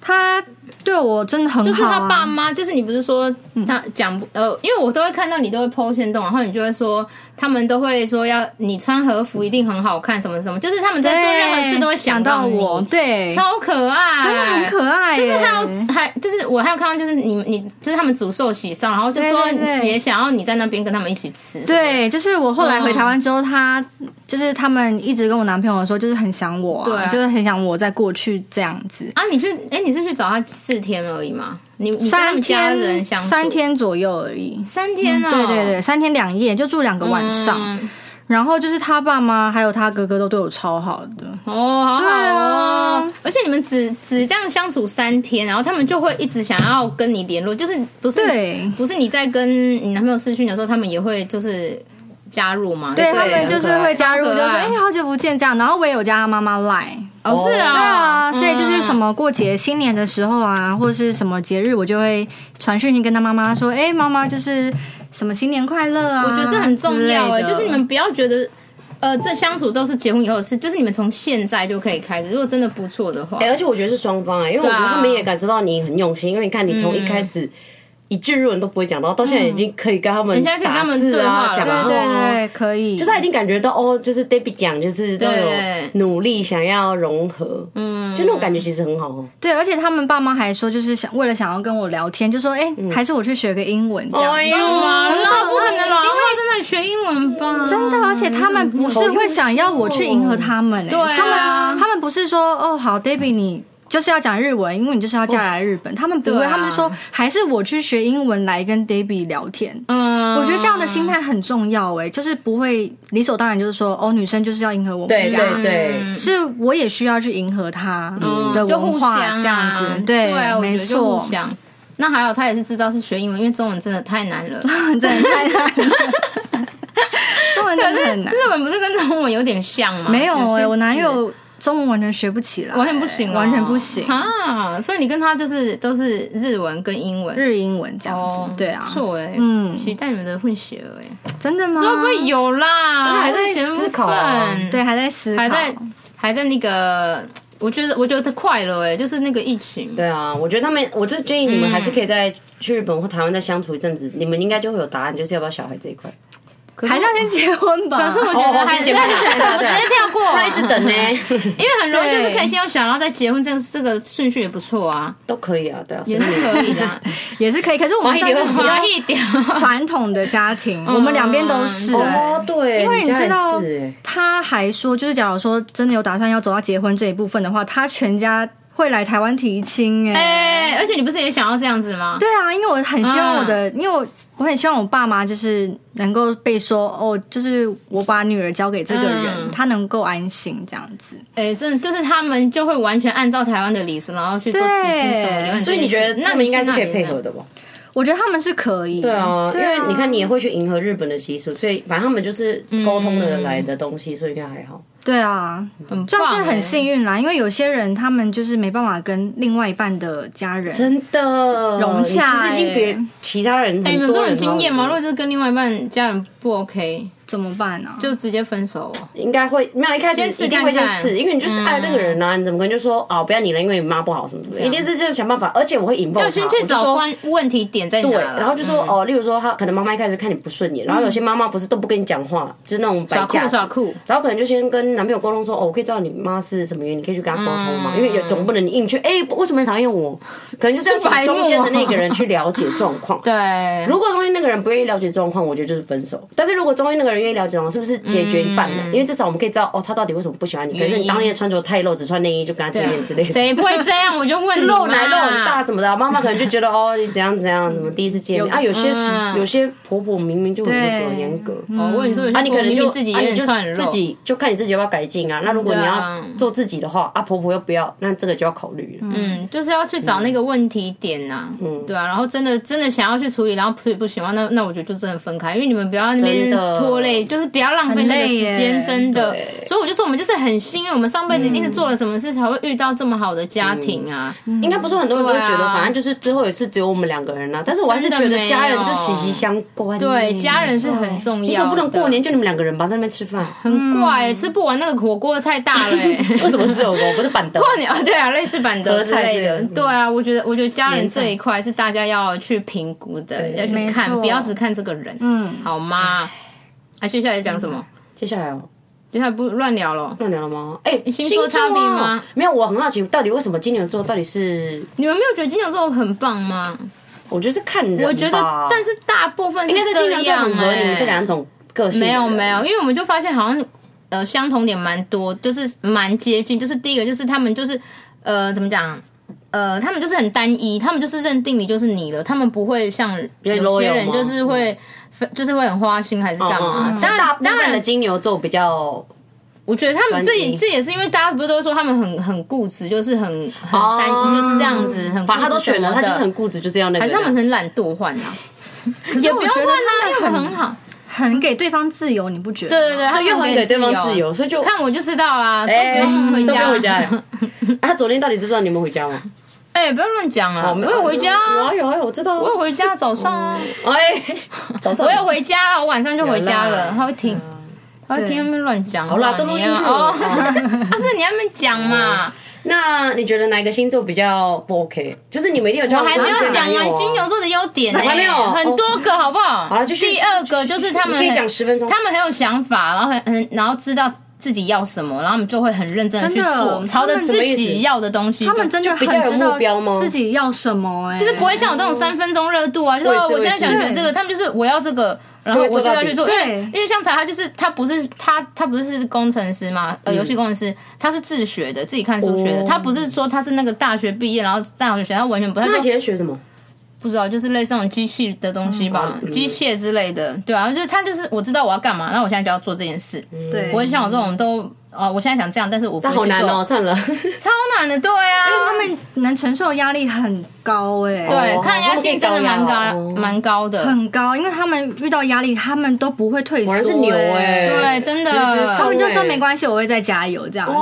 S3: 他对我真的很好、
S2: 就
S3: 啊，
S2: 是他爸妈，就是你不是说他讲不呃，因为我都会看到你都会 PO 线动，然后你就会说他们都会说要你穿和服一定很好看什么什么，就是他们在做任何事都会
S3: 对想
S2: 到你
S3: 我，，对，
S2: 超可爱，
S3: 真的很可爱
S2: 就
S3: 耶、
S2: 是还有还就是我还有看到就是你们你就是他们煮寿喜烧，然后就说
S3: 对对对
S2: 也想要你在那边跟他们一起吃，，
S3: 对，就是我后来回台湾之后，他就是他们一直跟我男朋友说，就是很想我、啊，
S2: 对啊
S3: 就是很想我在过去这样子。
S2: 啊，你去哎、你是去找他四天而已吗？你你跟他
S3: 三
S2: 们家人
S3: 天，
S2: 相处
S3: 三天左右而已。
S2: 三天哦、
S3: 嗯对对对，三天两夜就住两个晚上，
S2: 嗯
S3: 然后就是他爸妈还有他哥哥都对我超好的，
S2: 哦，好好哦，
S3: 对啊
S2: 而且你们只只这样相处三天，然后他们就会一直想要跟你联络，就是不是
S3: 对
S2: 不是你在跟你男朋友视讯的时候，他们也会就是加入嘛？
S3: 对
S2: 不
S3: 他们就是会加入，
S2: 很
S3: 就
S2: 可
S3: 说
S2: 爱
S3: 哎、好久不见这样，然后我也有加他妈妈赖。
S2: 哦是
S3: 对
S2: 啊，
S3: 啊，所以就是什么过节、新年的时候啊，或者是什么节日，我就会传讯息跟他妈妈说：“哎、妈妈，就是什么新年快乐啊！”
S2: 嗯我觉得这很重要哎、
S3: 哎、
S2: 就是你们不要觉得。呃，这相处都是结婚以后的事，就是你们从现在就可以开始。如果真的不错的话，
S1: 哎，而且我觉得是双方啊，因为我觉得他们也感受到你很用心，因为你看你从一开始一句日文都不会讲到，到现在已经可以跟他们
S2: 现在可以跟他们
S1: 打字
S2: 对话
S1: 啊，
S2: 了
S1: 讲
S3: 对
S1: 话
S3: 对
S1: 啊
S2: 哦
S3: 对，可以，
S1: 就是他一定感觉到哦，就是 Debbie 讲，就是都有
S2: 对
S1: 努力想要融合，嗯，就那种感觉其实很好哦。
S3: 对，而且他们爸妈还说，就是想为了想要跟我聊天，就说：“哎、
S2: 嗯
S3: 还是我去学个英文这
S2: 哦
S3: 样。
S1: 哎呦
S2: 哇，
S1: 很
S2: 那
S1: 好
S2: 不可能了，因为真的学英文吧？
S3: 真的，而且他们不是会想要我去迎合他们、哎
S2: 对啊
S3: 他们他们不是说哦好，Debbie 你就是要讲日文，因为你就是要嫁来日本，他们不会，
S2: 对啊
S3: 他们就说还是我去学英文来跟 Debbie 聊天。
S2: 嗯，
S3: 我觉得这样的心态很重要、哎，就是不会理所当然，就是说哦，女生就是要迎合我们家，
S1: 对对
S2: 嗯
S3: 是我也需要去迎合她
S2: 嗯
S3: 的
S2: 就互
S3: 文化，
S2: 相啊
S3: 这样子，
S2: 对啊，我觉
S3: 没
S2: 得就
S3: 错
S2: 互，相。那还好，他也是知道是学英文，因为中文真的太难了。
S3: 真的 太难了，中文真的很难。
S2: 日文不是跟中文有点像吗？
S3: 没有哎、
S2: 些
S3: 我哪
S2: 字
S3: 有中文完全学不起来、欸
S2: 完全不行哦、
S3: 完全不行。
S2: 啊！所以你跟他就是都是日文跟英文，
S3: 日英文这样子，
S2: 哦，
S3: 对啊
S2: 不，错哎、
S3: 嗯啊
S2: 期待你们的混血儿哎、
S3: 真的吗？
S2: 会不会有
S3: 啊
S2: 啦？
S1: 还在
S2: 混血部分
S1: 思考啊
S3: 对，还在思考，
S2: 还在还在那个，我觉得我觉得快乐哎、就是那个疫情，
S1: 对啊，我觉得他们，我就建议你们还是可以在去日本或台湾再相处一阵子，你们应该就会有答案，就是要不要小孩这一块。
S3: 还是要先结婚吧。
S2: 可是我觉得
S1: 哦
S2: 还
S1: 哦
S2: 是
S1: 先
S2: 对
S1: 讲
S2: 对对 我
S1: 对
S2: 直接跳过，
S1: 那一直 等呢，
S2: 因为很容易就是
S3: 对
S2: 可以先有小，然后再结婚，这个这个顺序也不错 啊，
S1: 都可以啊，对啊，
S2: 也
S1: 也
S2: 是可以的啊，
S3: 也是可以，可是我们
S1: 华裔
S3: 算
S1: 你
S3: 是
S1: 会
S3: 比
S1: 吗
S3: 较
S2: 华一点。
S3: 传统的家庭，我们两边都是、哎
S1: 哦， 对，
S3: 因为
S1: 你
S3: 你知道
S1: 家也是，
S3: 他还说，就是假如说真的有打算要走到结婚这一部分的话，他全家会来台湾提亲哎、
S2: 哎、而且你不是也想要这样子吗？
S3: 对啊，因为我很希望我的，因为我我很希望我爸妈就是能够被说哦，就是我把女儿交给这个人，
S2: 嗯
S3: 他能够安心这样子。
S2: 哎、真的就是他们就会完全按照台湾的礼数，然后去做提亲什么的。有点
S1: 所以你觉得
S2: 那
S1: 他们应该是可以配合的吧？
S3: 我觉得他们是可以，
S1: 对啊，因
S3: 对
S1: 为你看你也会去迎合日本的习俗，所以反正他们就是
S2: 嗯
S1: 沟通的来的东西，所以应该还好。
S3: 对啊，
S2: 很欸
S3: 算是很幸
S2: 运。
S3: 运啦。因为有些人他们就是没办法跟另外一半的家人，
S1: 真的
S3: 融洽
S1: 你其实已经别
S3: 欸
S1: 其他人很多
S2: 哎、
S1: 人
S2: 你
S1: 都
S2: 们
S1: 有
S2: 这种经验吗？如
S3: 哦
S2: 果就是跟另外一半家人不 OK，
S3: 怎么办呢、啊？
S2: 就直接分手、哦。
S1: 应该会没有一开
S2: 先
S1: 始
S2: 试
S1: 一定会先
S2: 看看嗯
S1: 试，因为你就是爱这个人啊，你怎么可能就说啊不要你了，因为你妈不好什么的，一定是就是想办法，而且我会引爆
S2: 要
S1: 他，
S2: 啊先去
S1: 我就
S2: 找
S1: 说
S2: 关问题点在哪
S1: 对，
S2: 啦，
S1: 然后就说、
S2: 嗯
S1: 哦，例如说他可能妈妈一开始看你不顺眼，然后有些妈妈不是都不跟你讲话，就是那种摆
S2: 耍
S1: 架子
S2: 酷嗯耍酷。
S1: 然后可能就先跟男朋友沟通说，哦，我可以知道你妈是什么原因，你可以去跟她沟通嘛，因
S2: 嗯
S1: 为有总不能你硬去，哎、为什么你讨厌我？可能就是要
S2: 白
S1: 请
S2: 目
S1: 中
S2: 啊
S1: 间的那个人去了解状况。
S2: 对，
S1: 如果中间那个人不愿意了解状况，我觉得就是分手。但是如果中间那个人愿意了解状况，是不是解决一半呢？因为至少我们可以知道，哦，他到底为什么不喜欢你？可能是你当天穿着太露，只穿内衣就跟他见面之类的。
S2: 谁不会这样？我就 问你嘛
S1: 露奶露很大什么的啊，妈妈可能就觉得哦，你怎样怎样，什么第一次见 面啊？有些时
S2: 嗯
S1: 有些婆婆明明就很
S3: 对
S1: 很严格，
S2: 哦，我问你说，
S1: 啊，你可能就
S2: 自己
S1: 啊
S2: 也
S1: 你
S2: 很
S1: 就
S2: 穿很露，
S1: 自己就看你自己要不要改进啊。那如果你
S2: 对
S1: 要
S2: 啊
S1: 做自己的话，啊，婆婆又不要，那这个就要考虑了。
S2: 嗯，就是要去找那个问题点呐、
S1: 嗯
S2: 对啊，然后真的真的想要去处理，然后处理不喜欢，那那我觉得就真的分开，因为你们不要那边
S1: 真的
S2: 拖累，就是不要浪费那个时
S3: 很累耶
S2: 间，真的
S1: 对。
S2: 所以我就说，我们就是很幸运，我们上辈子一定是做了什么事才会遇到这么好的家庭啊。
S1: 应该不是很多人都会觉
S2: 对
S1: 得，
S2: 啊
S1: 反正就是最后也是只有我们两个人啦。但是我还是觉
S2: 真的
S1: 得
S2: 没
S1: 家人
S2: 有
S1: 这息息相关。
S2: 对，家。人是很重
S1: 你
S2: 要
S1: 总
S2: 的。
S1: 不能过年就你们两个人吧，在那边吃饭？
S2: 很怪、吃不完那个火锅太大了、欸。
S1: 为什么是我不是板凳？
S2: 过年啊， 对啊，类似板德之类
S1: 合菜之类
S2: 的
S1: 的，
S2: 对啊，我觉得我觉得家人这一块是大家要去评估的，要去看
S3: 没，错
S2: 不要只看这个人，嗯，好吗？啊，接下来讲什么？
S1: 接下来哦，
S2: 接下来不乱聊了。
S1: 乱聊了吗？哎，
S2: 星
S1: 座
S2: 座差别
S1: 哦
S2: 吗？
S1: 没有，我很好奇，到底为什么金牛座到底是？
S2: 你们没有觉得金牛座很棒吗？
S1: 我觉得是看人吧。
S2: 我觉得，但
S1: 是
S2: 是大部分是
S1: 应该是金
S2: 这
S1: 牛座
S2: 样
S1: 很合你们这
S2: 哎
S1: 两种个性的
S2: 没
S1: 人。
S2: 有没有，因为我们就发现好像呃相同点蛮多，就是蛮接近。就是第一个就是他们就是呃怎么讲？呃，他们就是很单一，他们就是认定你就是你了，他们不会像
S1: 较
S2: 有些
S1: loyal
S2: 人
S1: 吗
S2: 就是会。就是会很花心还是干嘛？
S1: 嗯嗯嗯
S2: 当
S1: 大
S2: 然，
S1: 部
S2: 当
S1: 分
S2: 然
S1: 的，金牛座比较
S2: 我觉得他们
S1: 专
S2: 这也
S1: 一
S2: 这也是因为大家不是都说他们很很固执，就是很很
S1: 哦
S2: 单一，就是这样子，很固
S1: 反啊正他都
S2: 执什
S1: 选
S2: 么
S1: 了，他就是很
S2: 的。
S1: 固执，就是要那个
S2: 还
S1: 人。
S2: 是他们很懒惰换 啊，也
S3: 我
S2: 不用
S3: 觉
S2: 换
S3: 得
S2: 啊，因为我
S3: 他
S2: 们
S3: 们
S2: 很好。
S3: 很给对方自由，你不觉得？
S2: 对对对，他
S1: 对，
S2: 们
S1: 又很给对方自由，所以就
S2: 看我就知道啦，都不
S1: 哎，
S2: 用 回
S1: 都不
S2: 家。
S1: 用回家。哎 啊他昨天到底知不知道你们回家吗？
S2: 哎、不要乱讲啊！我
S1: 有
S2: 有回家啊，
S1: 有啊有啊，我知道
S2: 我有
S1: 啊。
S2: 回家早上啊，
S1: 哎，早上
S2: 我有回家啊，我晚上就回家了。他会听，他会听他们乱讲
S1: 嗯
S2: 话。
S1: 好啦，都录
S2: 你
S1: 进
S2: 啊
S1: 去
S2: 哦
S1: 了。，哦
S2: 但是你还没讲嘛，
S1: 那你觉得哪一个星座比较不 OK？就是你们一定有
S2: 我
S1: 交往
S2: 还
S1: 过
S2: 没
S1: 一些
S2: 有
S1: 男
S2: 讲
S1: 友啊
S2: 完金牛座的优点呢、欸
S1: 还没有
S2: 很多个，好不好？
S1: 好了继续
S2: 第二个就是他们
S1: 你可以
S2: 很
S1: 讲十分钟
S2: 他们很有想法，然后很很然后知道。自己要什么，然后他们就会很认真的去
S3: 真的
S2: 做，朝着
S3: 他们
S2: 自
S1: 什么意思
S2: 己要的东西。
S3: 他们真的
S1: 就
S3: 很
S1: 比较有
S3: 知道
S1: 目标吗
S3: 自己要什么、哎，
S2: 就是不会像我这种三分钟热度啊，就是
S1: 我也
S2: 哦
S1: 是
S2: 我现在想
S1: 我也
S2: 学
S3: 是
S2: 这个，他们就是我要这个，然后
S1: 就
S2: 我
S1: 会做
S2: 就
S1: 到
S2: 要
S1: 底
S2: 去做。因为
S3: 对
S2: 因为像才他就是他不是他他不是是工程师嘛，呃，游戏工程师，他是自学的，自己看书学
S1: 嗯
S2: 的，
S1: 哦
S2: 他不是说他是那个大学毕业，然后大学学，他完全不太
S1: 那以前学什么？
S2: 不知道，就是类似那种机器的东西吧，
S1: 嗯
S2: 机械之类的，对啊，就是他就是我知道我要干嘛，那我现在就要做这件事，
S3: 对
S2: 不会像我这种都哦，我现在想这样，但是我不
S1: 嗯好
S2: 会去
S1: 难哦，哎
S2: 做，
S1: 算了，
S2: 超难的，对啊，
S3: 他们能承受的压力很高哎、
S2: 对
S1: 哦
S2: 抗压性真的蛮
S1: 他们可
S2: 高
S1: 以高压哦
S2: 蛮高的，
S3: 很高，因为他们遇到压力，他们都不会退缩、
S1: 果
S3: 欸，
S1: 然是牛哎、
S2: 对，真
S1: 直直
S3: 他
S1: 冲
S2: 的，
S3: 们就说没关系，我会再加油这样子。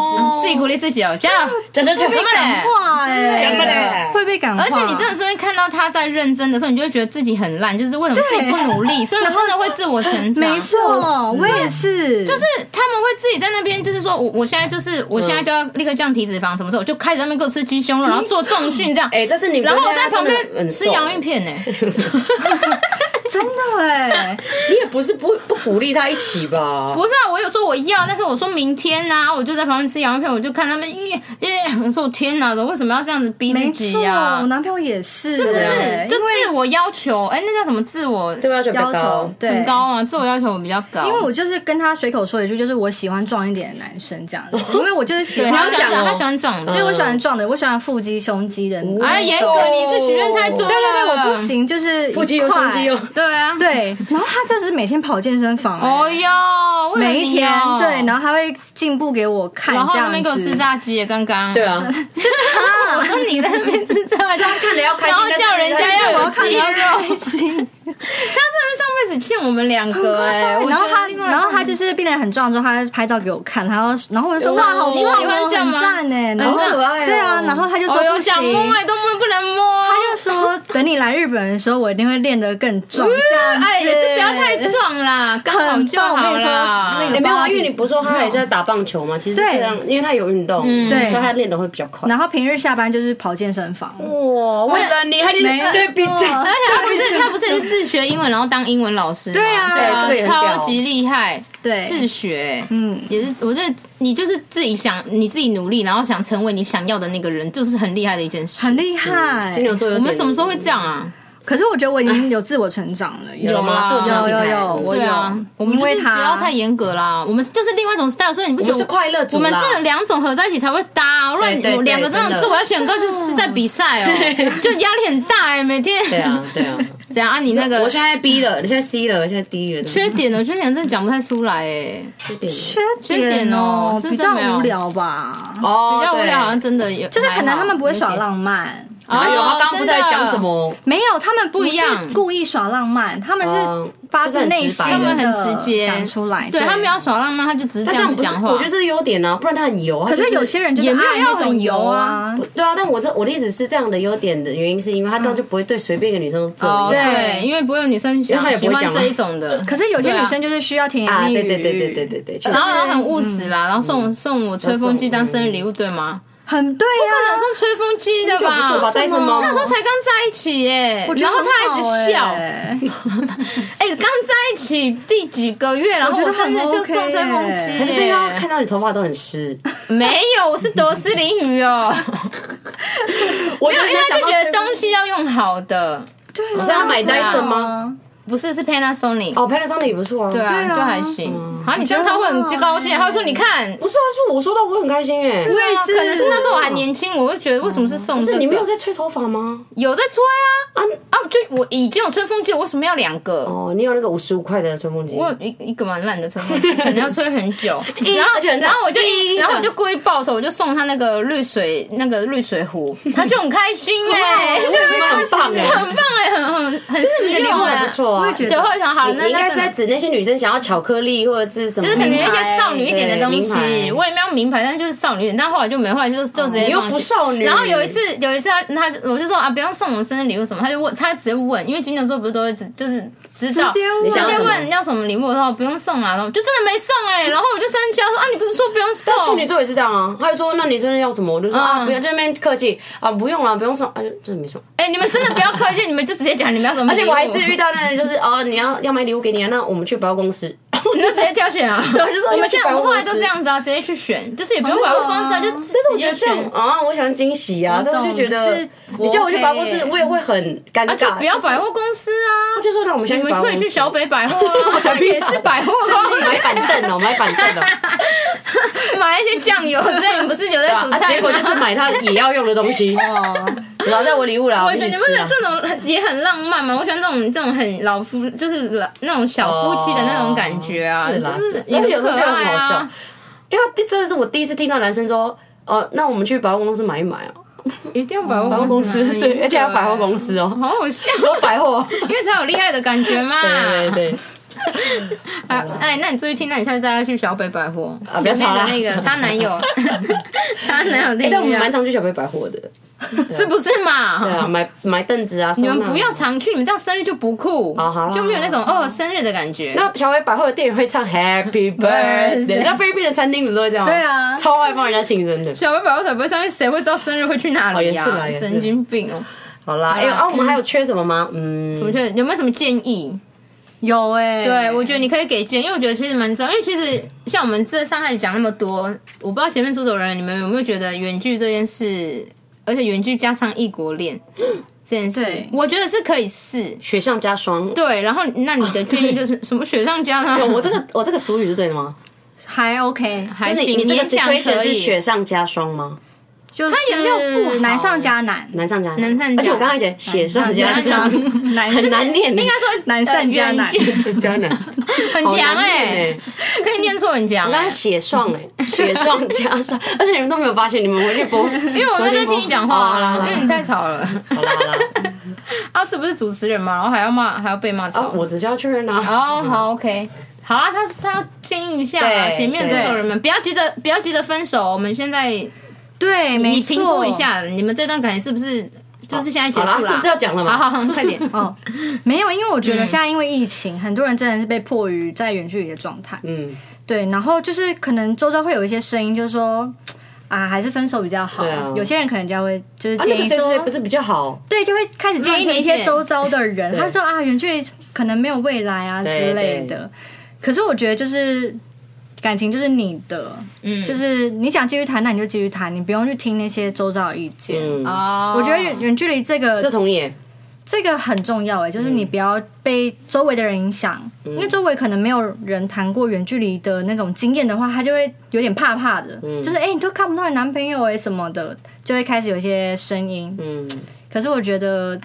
S2: 自己鼓励自己哦，加油，
S1: 讲讲讲，
S2: 他们嘞。
S3: 哇、
S1: 讲不
S3: 哎，
S1: 来
S3: 会被感化，
S2: 而且你真的是会看到他在认真的时候，你就会觉得自己很烂，就是为什么自己不努 力，所以我真的会自我成长。
S3: 没错，我也是，就是
S2: 嗯是他们会自己在那边，就是说我我现在就是我现在就要立刻降体脂肪，什么时候我就开始在那边给我吃鸡胸肉，然后做重训这样。
S1: 哎、但是你
S2: 然后我在
S1: 真
S2: 旁
S1: 的
S2: 边
S1: 很
S2: 吃
S1: 瘦
S2: 洋芋，片呢、
S3: 真的哎、
S1: 你也不是不不鼓励他一起吧？
S2: 不是啊，我有说我要，但是我说明天呐、我就在旁边吃洋芋片，我就看他们耶耶，我说我天哪，我为什么要这样子逼自
S3: 没
S2: 己
S3: 错，
S2: 呀、
S3: 我男朋友也是，是
S2: 是不是
S3: 哎
S2: 就自我要求？哎、那叫什么自我
S1: 这个要求比较
S3: 要
S1: 高
S3: 求，对
S2: 很高啊？自我要求我比较高，
S3: 因为我就是跟他随口说一句，就是我喜欢壮一点的男生这样 子，因为我就是喜
S2: 对
S3: 欢
S2: 他
S1: 要
S2: 喜欢
S1: 讲
S2: 长，
S1: 哦
S2: 他喜欢长的
S3: 对，我喜欢壮的，我喜欢腹肌、胸肌的。啊
S2: 哎，严格你是许愿太多了，
S3: 对对对，我不，行，就是
S1: 腹肌有
S3: 一块
S1: 胸肌哦，
S2: 对啊，
S3: 对，然后他就是每天跑健身房、哎
S2: 哦哟，为了
S3: 每一
S2: 你
S3: 天
S2: 哦
S3: 对，然后他会进步给我看，
S2: 然后
S3: 这
S2: 那
S3: 样
S2: 边给我吃
S3: 子
S2: 炸鸡耶，刚刚
S1: 对，啊，
S2: 我说你在那边吃炸 鸡，
S1: 看着要开
S2: 然
S1: 心，
S2: 后叫人
S1: 但
S2: 家
S1: 是我
S2: 要有
S1: 要看
S2: 肌
S1: 你
S2: 肉，
S1: 要
S2: 他真的上辈子欠我们两个哎，我
S3: 然后
S2: 觉得
S3: 他，
S2: 另外一
S3: 然后他
S2: 半
S3: 就是变得很壮之后，他拍照给我看，然后然后我就说
S1: 哦
S3: 哇，好
S2: 你
S3: 壮
S2: 喜欢
S3: 哦，
S2: 这样
S3: 很
S2: 吗
S3: 赞呢，然后
S1: 很可爱哦
S3: 对啊，然后他就说
S2: 哦哟
S3: 不
S2: 想摸
S3: 行，
S2: 哎，都摸不能摸，
S3: 他就说等你来日本的时候，我一定会练得更壮，这样
S2: 哎，也是不要太
S3: 子。
S2: 壮啦，刚好
S3: 很
S2: 就
S3: 棒我跟
S2: 好
S3: 你说那
S2: 啦
S3: 个。
S1: 哎没有啊，因为你不是说他也在打棒球嘛？其实
S3: 对
S1: 这样，因为他有运动，
S2: 嗯
S3: 对
S1: 所以他练的会比较快。
S3: 然后平日下班就是跑健身房，
S2: 哦
S1: 哇，哦为了你
S2: 哎
S1: 还得
S3: 没
S1: 对比
S3: 错
S1: 较，
S2: 而且他不是他不是也是自学英文，然后当英文老师吗，哦
S3: 对啊
S2: 对
S1: 对这个也很屌
S2: 超级厉害，
S3: 对
S2: 自学，
S3: 嗯
S2: 也是，我觉得你就是自己想，你自己努力，然后想成为你想要的那个人，就是很厉害的一件事。
S3: 很厉害
S1: 金。牛座有
S2: 我
S1: 点
S2: 们什么时候会这样啊？
S3: 可是我觉得我已经有自我成长了，有
S1: 有吗？
S2: 有啊
S1: 这种
S2: 有
S1: 品牌
S3: 有有我
S2: 对啊，我们
S3: 因为
S2: 就是
S3: 他
S2: 不要太严格啦，我们就是另外一种 style，所以你不
S1: 我
S2: 觉
S1: 们是
S2: 得
S1: 快乐
S2: 我
S1: 组啦
S2: 们这两种合在一起才会搭啊，不然
S1: 对对对
S2: 两个这
S1: 真
S2: 种
S1: 的
S2: 自我要选歌就是在比赛哦，就压力很大哎，每天
S1: 对啊对啊。
S2: 怎样啊？ 你那
S1: 我
S2: 个
S1: 现在 B 了，现在 C 了，现在 D 了，
S2: 缺点呢？缺点真的讲不太出来哎。
S1: 缺点
S3: 缺点哦，
S2: 缺点哦是
S3: 比较
S2: 真的没有
S3: 无聊吧，
S1: 哦，
S2: 比较无
S1: 对
S2: 聊，好像真的有，
S3: 就是可能他们不会耍
S2: 有
S3: 浪漫。
S2: 哦点。
S1: 哎呦，他刚刚不是在
S2: 真的
S1: 讲什？么？
S3: 没有，他们不
S2: 不
S3: 是
S2: 一样
S3: 故意耍浪漫，他们
S1: 哦
S3: 是发自内心
S1: 就是很直白
S2: 他
S3: 的，
S2: 们很直接
S3: 讲出来。
S2: 对他们要耍浪漫，他就只是
S1: 他
S2: 这
S1: 这
S2: 样
S1: 样
S2: 子
S1: 不是
S2: 讲话。
S1: 我觉得这是优点啊，不然他很油。
S3: 可
S1: 他就是
S3: 有些人就是
S2: 也没有
S3: 爱
S2: 要
S3: 那种
S2: 很油
S3: 油
S2: 啊
S3: 啊，
S1: 对啊，但我这我的意思是，这样的优点的原因是因为他这样就不会对随便一个女生都这
S2: 哦，
S1: 样。
S2: 对，因为不会有女生
S1: 因为他
S2: 想
S1: 也不
S2: 喜
S1: 会
S2: 欢
S1: 讲嘛
S2: 这一种的。
S3: 可是有些
S2: 对啊
S3: 女生就是需要甜言
S1: 啊，
S3: 蜜语，
S1: 对对对对对对对，确实
S2: 然后，然后很务实
S1: 嗯
S2: 啦，然后送我送我吹风机当生日礼物，对吗？
S3: 很对啊呀、
S2: 不能送吹风机的
S1: 啊就不错吧，
S2: 吧？
S1: 戴森猫。
S2: 那时候才刚在一起耶，
S3: 我觉
S2: 然
S3: 得
S2: 后
S3: 很
S2: 他
S3: 好
S2: 一直笑，
S3: 欸
S2: 哎，刚在一起第几个月，然后
S3: 我觉得
S2: 生日
S3: 很
S2: 就
S3: OK
S2: 送吹风机耶，
S1: 可是因为他看到你头发都很湿，
S2: 没有，我是德斯淋雨哦，
S1: 我
S2: 没有，因为他就觉得东西要用好的，
S3: 对啊，
S1: 我是要买
S2: 戴森
S1: 吗？
S2: 不是是 Panasonic，
S1: 哦，Panasonic 也不错啊。
S2: 对啊，
S3: 对啊
S2: 就还行。好，你这样他会很高兴，他会说你看，
S1: 不是啊，是我收到我很开心哎。
S3: 我也
S2: 啊
S3: 是，
S2: 可能是那时候我还年轻，我会觉得为什么是送这
S1: 哦是
S2: 个？
S1: 你没有在吹头发吗？
S2: 有在吹啊
S1: 啊
S2: 啊！就我已经有吹风机了，我为什么要两个？
S1: 哦，你有那个五十五块的吹风机。
S2: 我有一一个蛮烂的吹风机，可能要吹 很久。然后
S1: 而且很，
S2: 然后我就
S1: 一
S2: 然后我就故意报仇，我就送他那个滤水那个滤水壶，他就很开心哎，
S1: 我觉得很棒哎，
S2: 很棒哎，很很很实
S1: 这个礼
S2: 用
S1: 物
S2: 哎
S1: 还不。错啊。
S3: 我也觉
S2: 对，
S3: 得
S2: 后来想好，
S1: 你
S2: 那
S1: 你应
S2: 那
S1: 该是
S2: 真的
S1: 在指那些女生想要巧克力或者是什么，
S2: 就是可能一些少女一点的东西
S1: 名牌，哦
S2: 我也没有名牌，但就是少女一点。但后来就没，后来就就直接
S1: 你又
S2: 放弃
S1: 不少女
S2: 然后有一次，有一次他他我就说啊，不用送我生日礼物什么，他就问，他直接问，因为金牛座不是都会直就是知道，
S3: 直接
S1: 你
S2: 直接
S3: 问
S1: 想要
S2: 问
S1: 什么
S2: 你要什么礼物，我说哦不用送啊，然后我就真的没送哎、然后我就生气，他说啊你不是说不用送
S1: 但，处女座也是这样啊，他就说那你生日要什么，我就说、
S2: 嗯
S1: 啊不要在那边客气啊，不用了，不用送，啊就真的没送。
S2: 哎、你们真的不要客气，你们就直接讲你们要什么
S1: 而
S2: 礼
S1: 且
S2: 物，
S1: 我还是遇到那人，就是哦你要要买礼物给你啊，那我们去百货公司。
S2: 你就直接挑选啊，
S1: 对就说
S2: 我们
S1: 要去
S2: 现在
S1: 百
S2: 我
S1: 货
S2: 们后来
S1: 公司
S2: 都这样子啊，直接去选，就是也不用
S3: 哦
S2: 百货公司啊，
S3: 那
S2: 就
S3: 种啊
S2: 直
S1: 但是我觉
S2: 接
S1: 得这样
S2: 选。
S1: 啊，我喜欢惊喜啊，
S3: 我
S1: 所以我就
S3: 懂
S1: 觉得
S3: 就是
S1: 你叫我去百货公司，
S3: 我 OK
S1: 我也会很尴
S2: 啊，
S1: 尬。
S2: 就不要
S1: 就是
S2: 百货公司啊！
S1: 他就说那我们先
S2: 你
S1: 去
S2: 们
S1: 百货
S2: 可
S1: 公
S2: 以
S1: 司，
S2: 去小北百 货啊，我也是百货啊公
S1: 买板凳哦， 买板凳哦，
S2: 司 买一些酱油，之类，你不是有在煮
S1: 啊
S2: 菜吗？
S1: 结果就是买他也要用的东 西。
S3: 哦，
S1: 然后在我礼物啦，
S2: 我
S1: 我
S2: 觉
S1: 一
S2: 得
S1: 起
S2: 你不觉
S1: 吃
S2: 得
S1: 啊。
S2: 这种很也很浪漫吗？我喜欢这种这种很老夫，就是老那种小夫妻的那种感觉啊，
S1: 哦是
S2: 就
S1: 啦，
S2: 是
S1: 因为有时候
S2: 很
S1: 觉
S2: 可
S1: 得很
S2: 爱
S1: 好笑
S2: 啊。。
S1: 因为第真的是我第一次听到男生说，哦，那我们去百货公司买一买哦，
S2: 一定要百货
S1: 百货公司
S2: 嗯买嗯啊
S1: 对，而且还有百货公，司 哦，
S2: 好好笑，
S1: 有百 货，
S2: 因为才有厉害的感觉嘛。
S1: 对对对，
S2: 啊，哎，那你注意听，那你下次带他去小北百货，
S1: 啊不要吵啦
S2: 前面的那个她男 友，她男友
S1: 哎
S2: 店
S1: 但我们
S2: 家
S1: 蛮常去小北百货的，
S2: 是不是嘛？
S1: 对啊，买买凳子啊，
S2: 嗯你们
S1: 收纳
S2: 不要常去，你们这样生日就不酷
S1: 好好啦，
S2: 就没有那种哦生日的感觉。
S1: 那小北百货的店员会唱 Happy Birthday，在菲律宾的餐厅不是都会这样吗？
S3: 对啊
S1: 超爱帮人家庆生的。
S2: 小白百货才不会上去，谁会知道生日会去哪里呀、啊
S1: 哦也是啦也是
S2: 神经病哦、
S1: 好啦，哎、
S2: 好啦
S1: 啊，我们还有缺什么吗？嗯，
S2: 我觉得有没有什么建议？
S3: 有哎、
S2: 对，我觉得你可以给建议，因为我觉得其实蛮重要。因为其实像我们这上海讲那么多，我不知道前面出走人你们有没有觉得远距这件事，而且远距加上异国 恋这件事
S3: 对，
S2: 我觉得是可以试。
S1: 雪上加霜。
S2: 对，然后那你的建议就是什么雪 上加霜？
S1: 我这个我这个俗语是对的吗？
S3: 还 OK，
S2: 还
S1: 就是
S2: 行，
S1: 你这个
S2: 勉强
S1: situation
S2: 可
S1: 是
S2: 以
S1: 雪上加霜吗？
S3: 就是
S2: 也没有不好
S3: 难上加难，
S1: 难上加难，
S2: 难上加
S1: 而且我刚才讲雪上加
S2: 难
S1: 霜
S2: 上，
S3: 难
S1: 很难念，
S2: 应该说
S3: 难上加难
S2: 呃远距
S1: 加难，
S2: 很
S1: 好
S2: 强
S1: 难
S2: 哎、
S1: 念欸
S2: 可以念错很强、
S1: 我刚刚
S2: 欸。
S1: 血霜哎，雪上加霜，而且你们都没有发现，你们回去播，因
S2: 因为我那就听你讲话啊
S1: 好
S2: 啦，因为
S1: 啦
S2: 你太吵了。
S1: 好 啦好啦，
S2: 啊，是不是主持人嘛？然后还要骂，还要被骂
S1: 啊
S2: 吵。
S1: 我只需要确认啊，
S2: 哦，好，OK，好啊，他他要建议一下啊
S1: 对
S2: 前面的
S1: 对
S2: 制作人们，不要急着不要急着分手，我们现在
S3: 对，没
S2: 你
S3: 错
S2: 评估一，下，你们这段感情是不是就是现在结
S1: 哦好
S2: 束
S1: 啦，是不是要讲了
S2: 好
S1: 嘛？
S2: 好好，快点 哦，
S3: 没有，因为我觉
S1: 嗯
S3: 得现在因为疫情，很多人真的是被迫于在远距离的状态，
S1: 嗯，
S3: 对，然后就是可能周遭会有一些声音，就是说。啊，还是分手比较好。
S1: 对啊
S3: 有些人可能就会就是
S1: 啊那
S3: 建
S1: 个
S3: 议
S1: 谁
S3: 说，
S1: 谁不是比较好？
S3: 对，就会开始建议你一
S2: 乱推
S3: 些
S2: 荐
S3: 周遭的人，他说啊，远距离可能没有未来啊
S1: 对
S3: 之类
S1: 对
S3: 的。可是我觉得就是感情就是你的，
S2: 嗯，
S3: 就是你想继续谈，那你就继续谈，你不用去听那些周遭的意见。
S1: 嗯，
S2: 哦，
S3: 我觉得远远距离这个
S1: 这同嗯意，
S3: 这个很重要哎、就是你不要被周围的人影响，
S1: 嗯
S3: 因为周围可能没有人谈过远距离的那种经验的话，他就会有点怕怕的，
S1: 嗯
S3: 就是哎、诶你都看不到你男朋友哎、什么的，就会开始有一些声音。
S1: 嗯，
S3: 可是我觉得，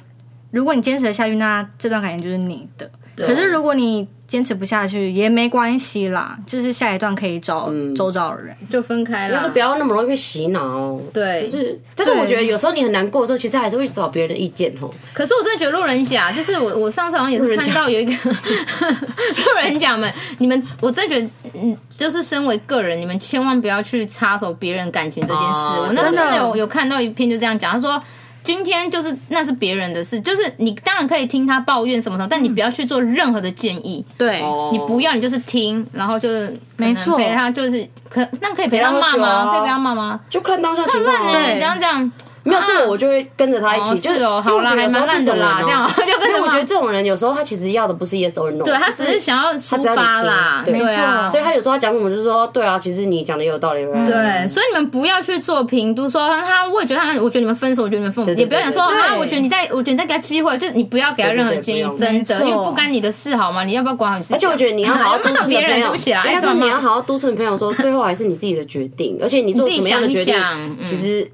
S3: 如果你坚持得下去，那这段感情就是你的。可是如果你坚持不下去也没关系啦，就是下一段可以找周遭的人。
S2: 就分开
S1: 就是
S2: 了
S1: 不，要那么容易被洗脑。
S2: 对
S1: 就。是，但是我觉得有时候你很难过的时候，其实还是会找别人的意见哦。
S2: 可是我真的觉得路人甲，就是我我上次好像也是看到有一个 路人甲们，你们我真的觉得，嗯，就是身为个人，你们千万不要去插手别人感情这件事。
S1: 哦
S2: 我那时候
S3: 真
S2: 真
S3: 的
S2: 的有有看到一篇就这样讲，他说。今天就是那是别人的事，就是你当然可以听他抱怨什么什么，但你不要去做任何的建议，
S3: 对，
S2: 你不要你就是听，然后就是可能
S3: 没错
S2: 陪他就是可那可以陪他
S1: 陪他
S2: 骂
S1: 喝酒啊
S2: 吗？可以陪他骂吗？
S1: 就看当下情
S2: 很
S1: 况
S2: 烂
S1: 啊。
S2: 呢、
S3: 对
S2: 你这样这样，
S1: 没有这个我就会跟着他一
S2: 哦
S1: 起。就是
S2: 哦
S1: 因为我
S2: 好啦
S1: 觉得有时候
S2: 还蛮烂的啦
S1: 这种人哦
S2: 这样 就跟着
S1: 因为我觉
S2: 骂
S1: 得这种人有时候他其实要的不是 yes or no，
S2: 对他
S1: 就
S2: 只是想要抒
S1: 只要你
S2: 发啦，
S1: 听对
S2: 对啊，
S3: 没错
S1: 所以他有时候他讲什么就是说，对啊，其实你讲的也有道理，right？
S2: 对，所以你们不要去做评估，说他，我也觉得他，我觉得你们分手，我觉得你们分手，
S1: 对对
S2: 也不要想说
S3: 对对
S2: 啊，
S3: 对
S2: 我觉得你在，我觉得你在给他机会，就是你不要给他任何的建议
S1: 对对，对
S2: 真
S3: 不
S2: 的，
S3: 用
S2: 因为不干你的事，好吗？你要不要管好你自己？啊
S1: 而且我觉得你 要好好督促你
S2: 别
S1: 的
S2: 人
S1: 朋友，
S2: 对不起啊
S1: 应该
S2: 哎怎
S1: 说
S2: 么
S1: 你
S2: 办
S1: 要好好督促你朋友说，最后还是你自己的决定，而且你做
S2: 你
S1: 什
S2: 自己
S1: 么样的决定
S2: 想一想，嗯
S1: 其实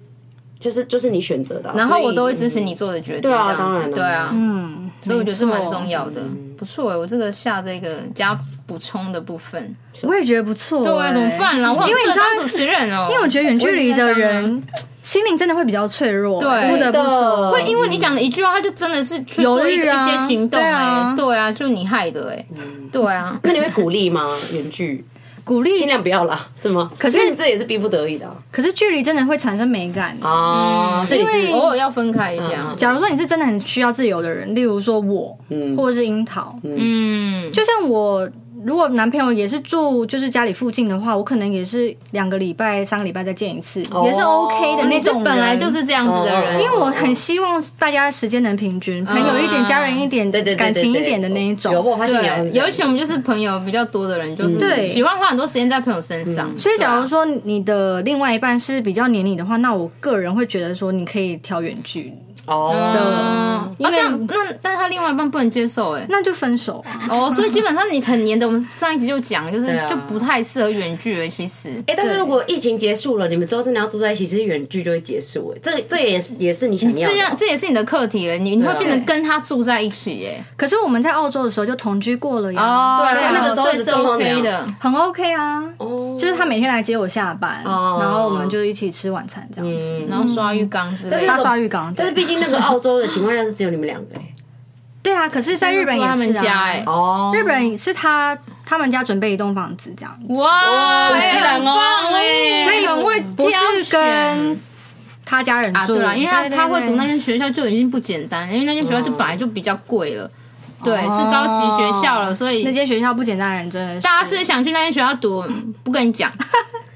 S1: 就是就是你选择的啊。
S2: 然后我都会
S1: 所以
S2: 支持你做的决定，
S1: 对啊
S2: 这
S1: 当
S2: 样
S1: 然了
S2: 子，对啊，
S3: 嗯，
S2: 所以我觉得这
S3: 没错
S2: 蛮重。要的，
S1: 嗯
S2: 不错哎，我这个下这个加补充的部分，
S3: 我也觉得不错、
S2: 对啊，
S3: 哎
S2: 怎么办啦？我好
S3: 因为
S2: 适
S3: 你
S2: 合
S3: 知道
S2: 当主持人哦，
S3: 因为我觉得远距离的
S2: 我也应该当
S3: 人心灵真的会比较脆弱，
S2: 对
S3: 不得不说，
S1: 会
S2: 会因为你讲的一句话，他就真的是去
S3: 犹
S2: 做一
S3: 豫
S2: 个一
S3: 啊
S2: 些行动
S3: 对
S2: 哎
S3: 啊，
S2: 对啊，就你害的哎，
S1: 嗯
S2: 对啊。
S1: 那你会鼓励吗？远距
S3: 鼓
S1: 尽
S3: 励。
S1: 量不要啦，是吗？可
S3: 是
S1: 这也是逼不得已的啊
S3: 可是距离真的会产生美感。
S2: 嗯
S1: 啊，所以你
S3: 因
S1: 是
S3: 为
S2: 偶尔要分开一下
S1: 嗯。
S3: 假如说你是真的很需要自由的人，例如说我，或者是樱桃，
S2: 嗯，
S3: 就像我，如果男朋友也是住就是家里附近的话，我可能也是两个礼拜、三个礼拜再见一次，也是 OK 的
S2: 你
S3: 那
S2: 是
S3: 种人。
S2: 本来就是这样子的人，
S1: 哦
S3: 因为我很希望大家时间能平均，朋友一点、家人一点、
S1: 啊对对对对对
S3: 感情一点的那一种
S1: 有。我发现你好像是
S2: 对，
S1: 这样
S2: 尤其我们就是朋友比较多的人，就是
S3: 对
S2: 喜欢花很多时间在朋友身
S1: 嗯
S2: 上。
S3: 所以，
S1: 啊
S3: 假如说你的另外一半是比较黏你的话，那我个人会觉得说你可以挑远距离，
S1: 哦，
S2: 嗯，
S3: 呃因
S2: 啊，
S3: 为
S2: 这样那但他另外一半不能接受 哎。
S3: 那就分手啊。
S2: 哦，所以基本上你很黏的，我们上一集就讲，就是
S1: 啊
S2: 就不太适合远距离。其实
S1: 哎、但是如果疫情结束了，你们之后真的要住在一起，其实远距就会结束、哎，这这也是也是你想要
S2: 这
S1: 的
S2: 样
S1: 啊。
S2: 这也是你的课题了，你你会
S1: 对啊
S2: 变成跟他住在一起耶。
S3: 可是我们在澳洲的时候就同居过了呀，
S2: 哦，
S1: 对啊那个时候
S2: 所以是
S1: 的状况
S2: OK
S1: 怎
S2: 的。
S3: 很 OK 啊。
S1: 哦
S3: 就是他每天来接我下班，
S1: 哦
S3: 然后我们就一起吃晚餐这样子。
S1: 嗯
S2: 然后刷浴缸之类
S1: 但
S3: 大
S1: 是
S2: 的。
S3: 刷浴缸，
S1: 但是
S3: 对
S1: 毕竟那个澳洲的情况下是只有你们两个哎、
S3: 对啊，可是在日本也
S2: 住他们
S3: 是
S2: 家
S3: 啊，
S2: 哎，
S1: 哦，
S3: 日本是他他们家准备一栋房子这样，
S2: 嗯哇，
S1: 哇
S2: 哎
S1: 很自然
S2: 很
S1: 哦
S2: 棒哎，
S3: 所以
S2: 很会
S3: 不
S2: 挑
S3: 是
S2: 选
S3: 跟他家人
S2: 啊，
S3: 住，
S2: 对了，因为他
S3: 对对
S2: 他会读那
S3: 对
S2: 间学校就已经不简单，因为那间学校就本来就比较贵了，对，是高级学校了，所以
S3: 那间学校不简单，人真的是
S2: 大家是想去那间学校读，不跟你讲，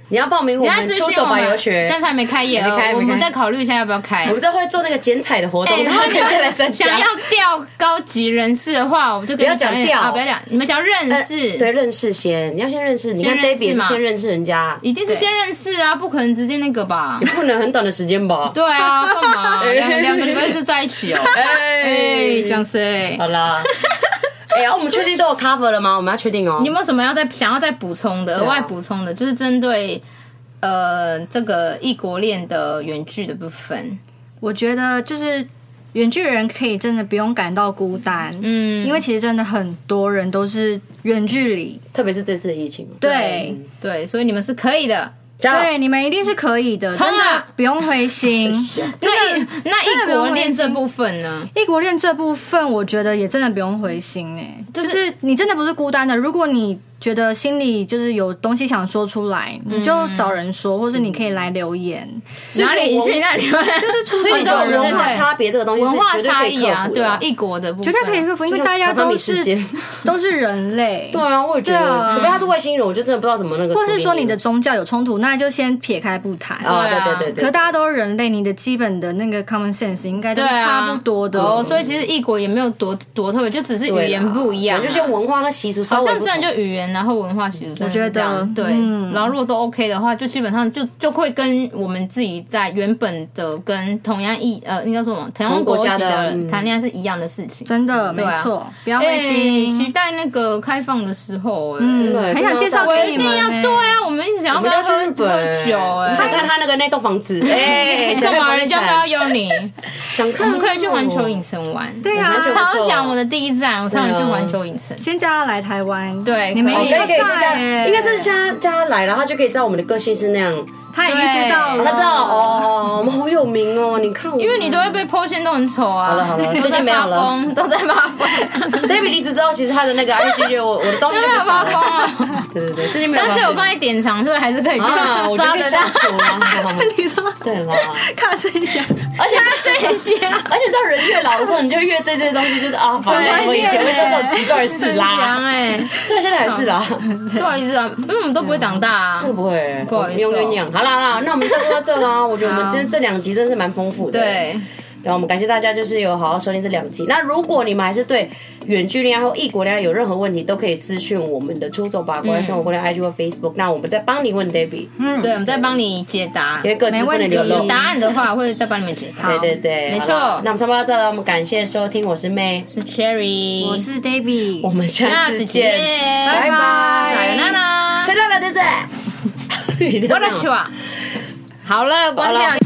S1: 你要报名我
S2: 人家
S1: 们
S2: 私
S1: 出
S2: 讯
S1: 走
S2: 我
S1: 吧游
S2: 们，
S1: 学，
S2: 但是还没开业
S1: 没开
S2: 哦，我
S1: 没
S2: 们
S1: 开
S2: 再考虑一下要不要开
S1: 我。们这会做那个剪彩的活动，
S2: 哎
S1: 大家可以再来参加。
S2: 想要调高级人士的话，我就跟
S1: 不要
S2: 你讲
S1: 讲调
S2: 啊，不要讲，你们想要认 识，
S1: 对，认识先，你要先认识。你看
S2: 认识
S1: David 也是
S2: 嘛
S1: 先认识人家，
S2: 一定是先认识啊，不可能直接那个吧？
S1: 不能很短的时间吧？
S2: 对啊，干 嘛？两个两个礼拜就在一起哦？哎，
S1: 哎
S2: 这样谁？
S1: 好啦。 哎呀，我们确定都有 cover 了吗？我们要确定哦
S2: 你。有没有什么要再想要再补充的、额
S1: 对啊
S2: 外补充的，就是针对呃这个异国恋的远距的部分？
S3: 我觉得就是远距人可以真的不用感到孤单，
S2: 嗯，
S3: 因为其实真的很多人都是远距离，
S1: 特别是这次的疫情，
S3: 对
S2: 对，所以你们是可以的。
S1: 加油！
S3: 对，你们一定是可以的，
S2: 冲啊
S3: 真的不用 灰心。
S1: 啊
S2: 那异那异
S3: 真的不用
S2: 国恋
S3: 担心
S2: 这部分呢？
S3: 异国恋这部分，我觉得也真的不用灰心哎、
S2: 就
S3: 就是是你真的不是孤单的。如果你觉得心里就是有东西想说出来，你就找人说，或是你可以来留言。
S2: 嗯哪里？你去哪里玩？就是 出
S1: 所以你知道
S3: 对
S1: 文化差别这个东西是
S2: 文化
S1: 绝对
S2: 差
S1: 可以
S2: 异
S1: 克
S2: 啊
S1: 服，的
S2: 对啊，异国的部
S3: 绝
S2: 分
S3: 对可以克服，
S2: 啊
S3: 因为大家都
S1: 就像榻榻米之
S3: 是
S1: 间
S3: 都是人类，
S1: 对啊，我也觉
S3: 对
S1: 得，
S3: 啊
S1: 除非他是外星人，我就真的不知道怎么那个处理。
S3: 或是说你的宗教有冲突，那就先撇开不谈。
S1: 啊，
S2: 对啊
S1: 对对对对，
S3: 可大家都是人类，你的基本的那个 common sense 应该都
S2: 对
S3: 是
S2: 啊，
S3: 差不多的。
S2: 哦，所以其实异国也没有多多特别，就只是语言不一样啊、
S1: 对啦就是文化和习俗稍
S3: 哦
S2: 好
S1: 微
S2: 像
S1: 不
S2: 真
S1: 同
S2: 的就语言，然后文化习俗，真的是
S3: 我觉得
S2: 这样对。
S3: 嗯
S2: 然后如果都 OK 的话，就基本上就就会跟我们自己在原本的跟同样意呃，应该说什么同样
S1: 国
S2: 国
S1: 家
S2: 籍
S1: 的
S2: 的人
S1: 嗯
S2: 谈恋爱是一样的事情。
S3: 真的没
S2: 啊哎
S3: 错，不要灰心。
S2: 期待那个开放的时候、哎、
S3: 嗯
S1: 对
S3: 很想介绍
S1: 我
S2: 我
S3: 给
S2: 一
S3: 你们欸
S2: 定
S3: 呢、
S2: 要对啊！我们一直想要
S1: 我
S2: 跟
S1: 们
S2: 他
S1: 要
S2: 喝
S1: 去日本
S2: 喝酒哎、
S1: 想
S3: 嗯
S1: 看他那个那栋房子，哎， 想
S2: 干
S1: 看
S2: 嘛？
S1: 房地
S2: 人家
S1: 产
S2: 不要邀 你，
S1: 想看哦，
S2: 我们可以去环球影城玩。
S3: 啊对啊
S1: 我觉得不错
S2: 超想我的第一站，我超想去环球影城。
S3: 先叫他来台湾，
S2: 对
S3: 你们
S2: 可
S1: 哦。
S2: 以
S3: 也
S1: 可以可以，
S3: 在
S1: 加
S3: 欸
S2: 哎
S1: 应该是加加来，然后他就可以知道我们的个性是那样。
S3: 他已经知道
S2: 对啊
S3: 了，
S1: 他知道哦，我们好有名哦，你看我，因
S2: 因为你都会被剖线都很丑啊！
S1: 好了好了
S2: 都
S1: 最
S2: 在
S1: 近没有
S2: 发
S1: 了
S2: 疯，都在发疯，
S1: David 离职之后，其实他的那个 IG 就我我的东西
S2: 都
S1: 都
S2: 没
S1: 不
S2: 有
S1: 少
S2: 发
S1: 了。
S2: 疯啊！
S1: 对对对，最近没有发
S2: 但
S1: 疯。
S2: 是我放在典藏，所以还是可以去
S1: 啊，我就
S2: 抓
S1: 被
S2: 得
S1: 删
S2: 到。
S1: 除 了。
S3: 你知道
S1: 对啦，
S3: 看这一下，
S1: 而且这些，
S2: 啊
S1: 而且到人越老的时候，你就越对这些东西就是啊，反正我以前会做这种奇怪的事
S2: 很强
S1: 啦，
S2: 哎，
S1: 虽然现在还是啦。
S2: 不好意思啊，因为我们都不会长大 啊
S1: 会。不会，
S2: 不好意思哦
S1: 用鸳鸯。好啦啦，那我们差不多到这啦。我觉得我们今天这两集真的是蛮丰富的。
S2: 对，
S1: 然后我们感谢大家，就是有好好收听这两集。那如果你们还是对远距离啊或异国恋啊有任何问题，都可以私讯我们的出走吧国外
S2: 嗯
S1: 生活国恋 IG 或 Facebook，那我们再帮你问 Debbie，
S2: 对，我们再帮你解答
S1: 因。为各自不能流
S3: 没
S1: 露
S2: 有
S3: 问题。
S2: 答案的话，会再帮你们解答。
S1: 对对对，
S2: 没
S1: 好
S2: 错
S1: 啦那我们差不多到这了，我们感谢收听，我是 May，
S2: 是 Cherry，
S3: 我是 David，
S1: 我们下次见，拜
S2: 拜拜，娜
S1: 拜，
S2: 娜，
S1: 谁来了，对不对？
S2: 我的去啊！好了，关
S1: 好
S2: 掉
S1: 了。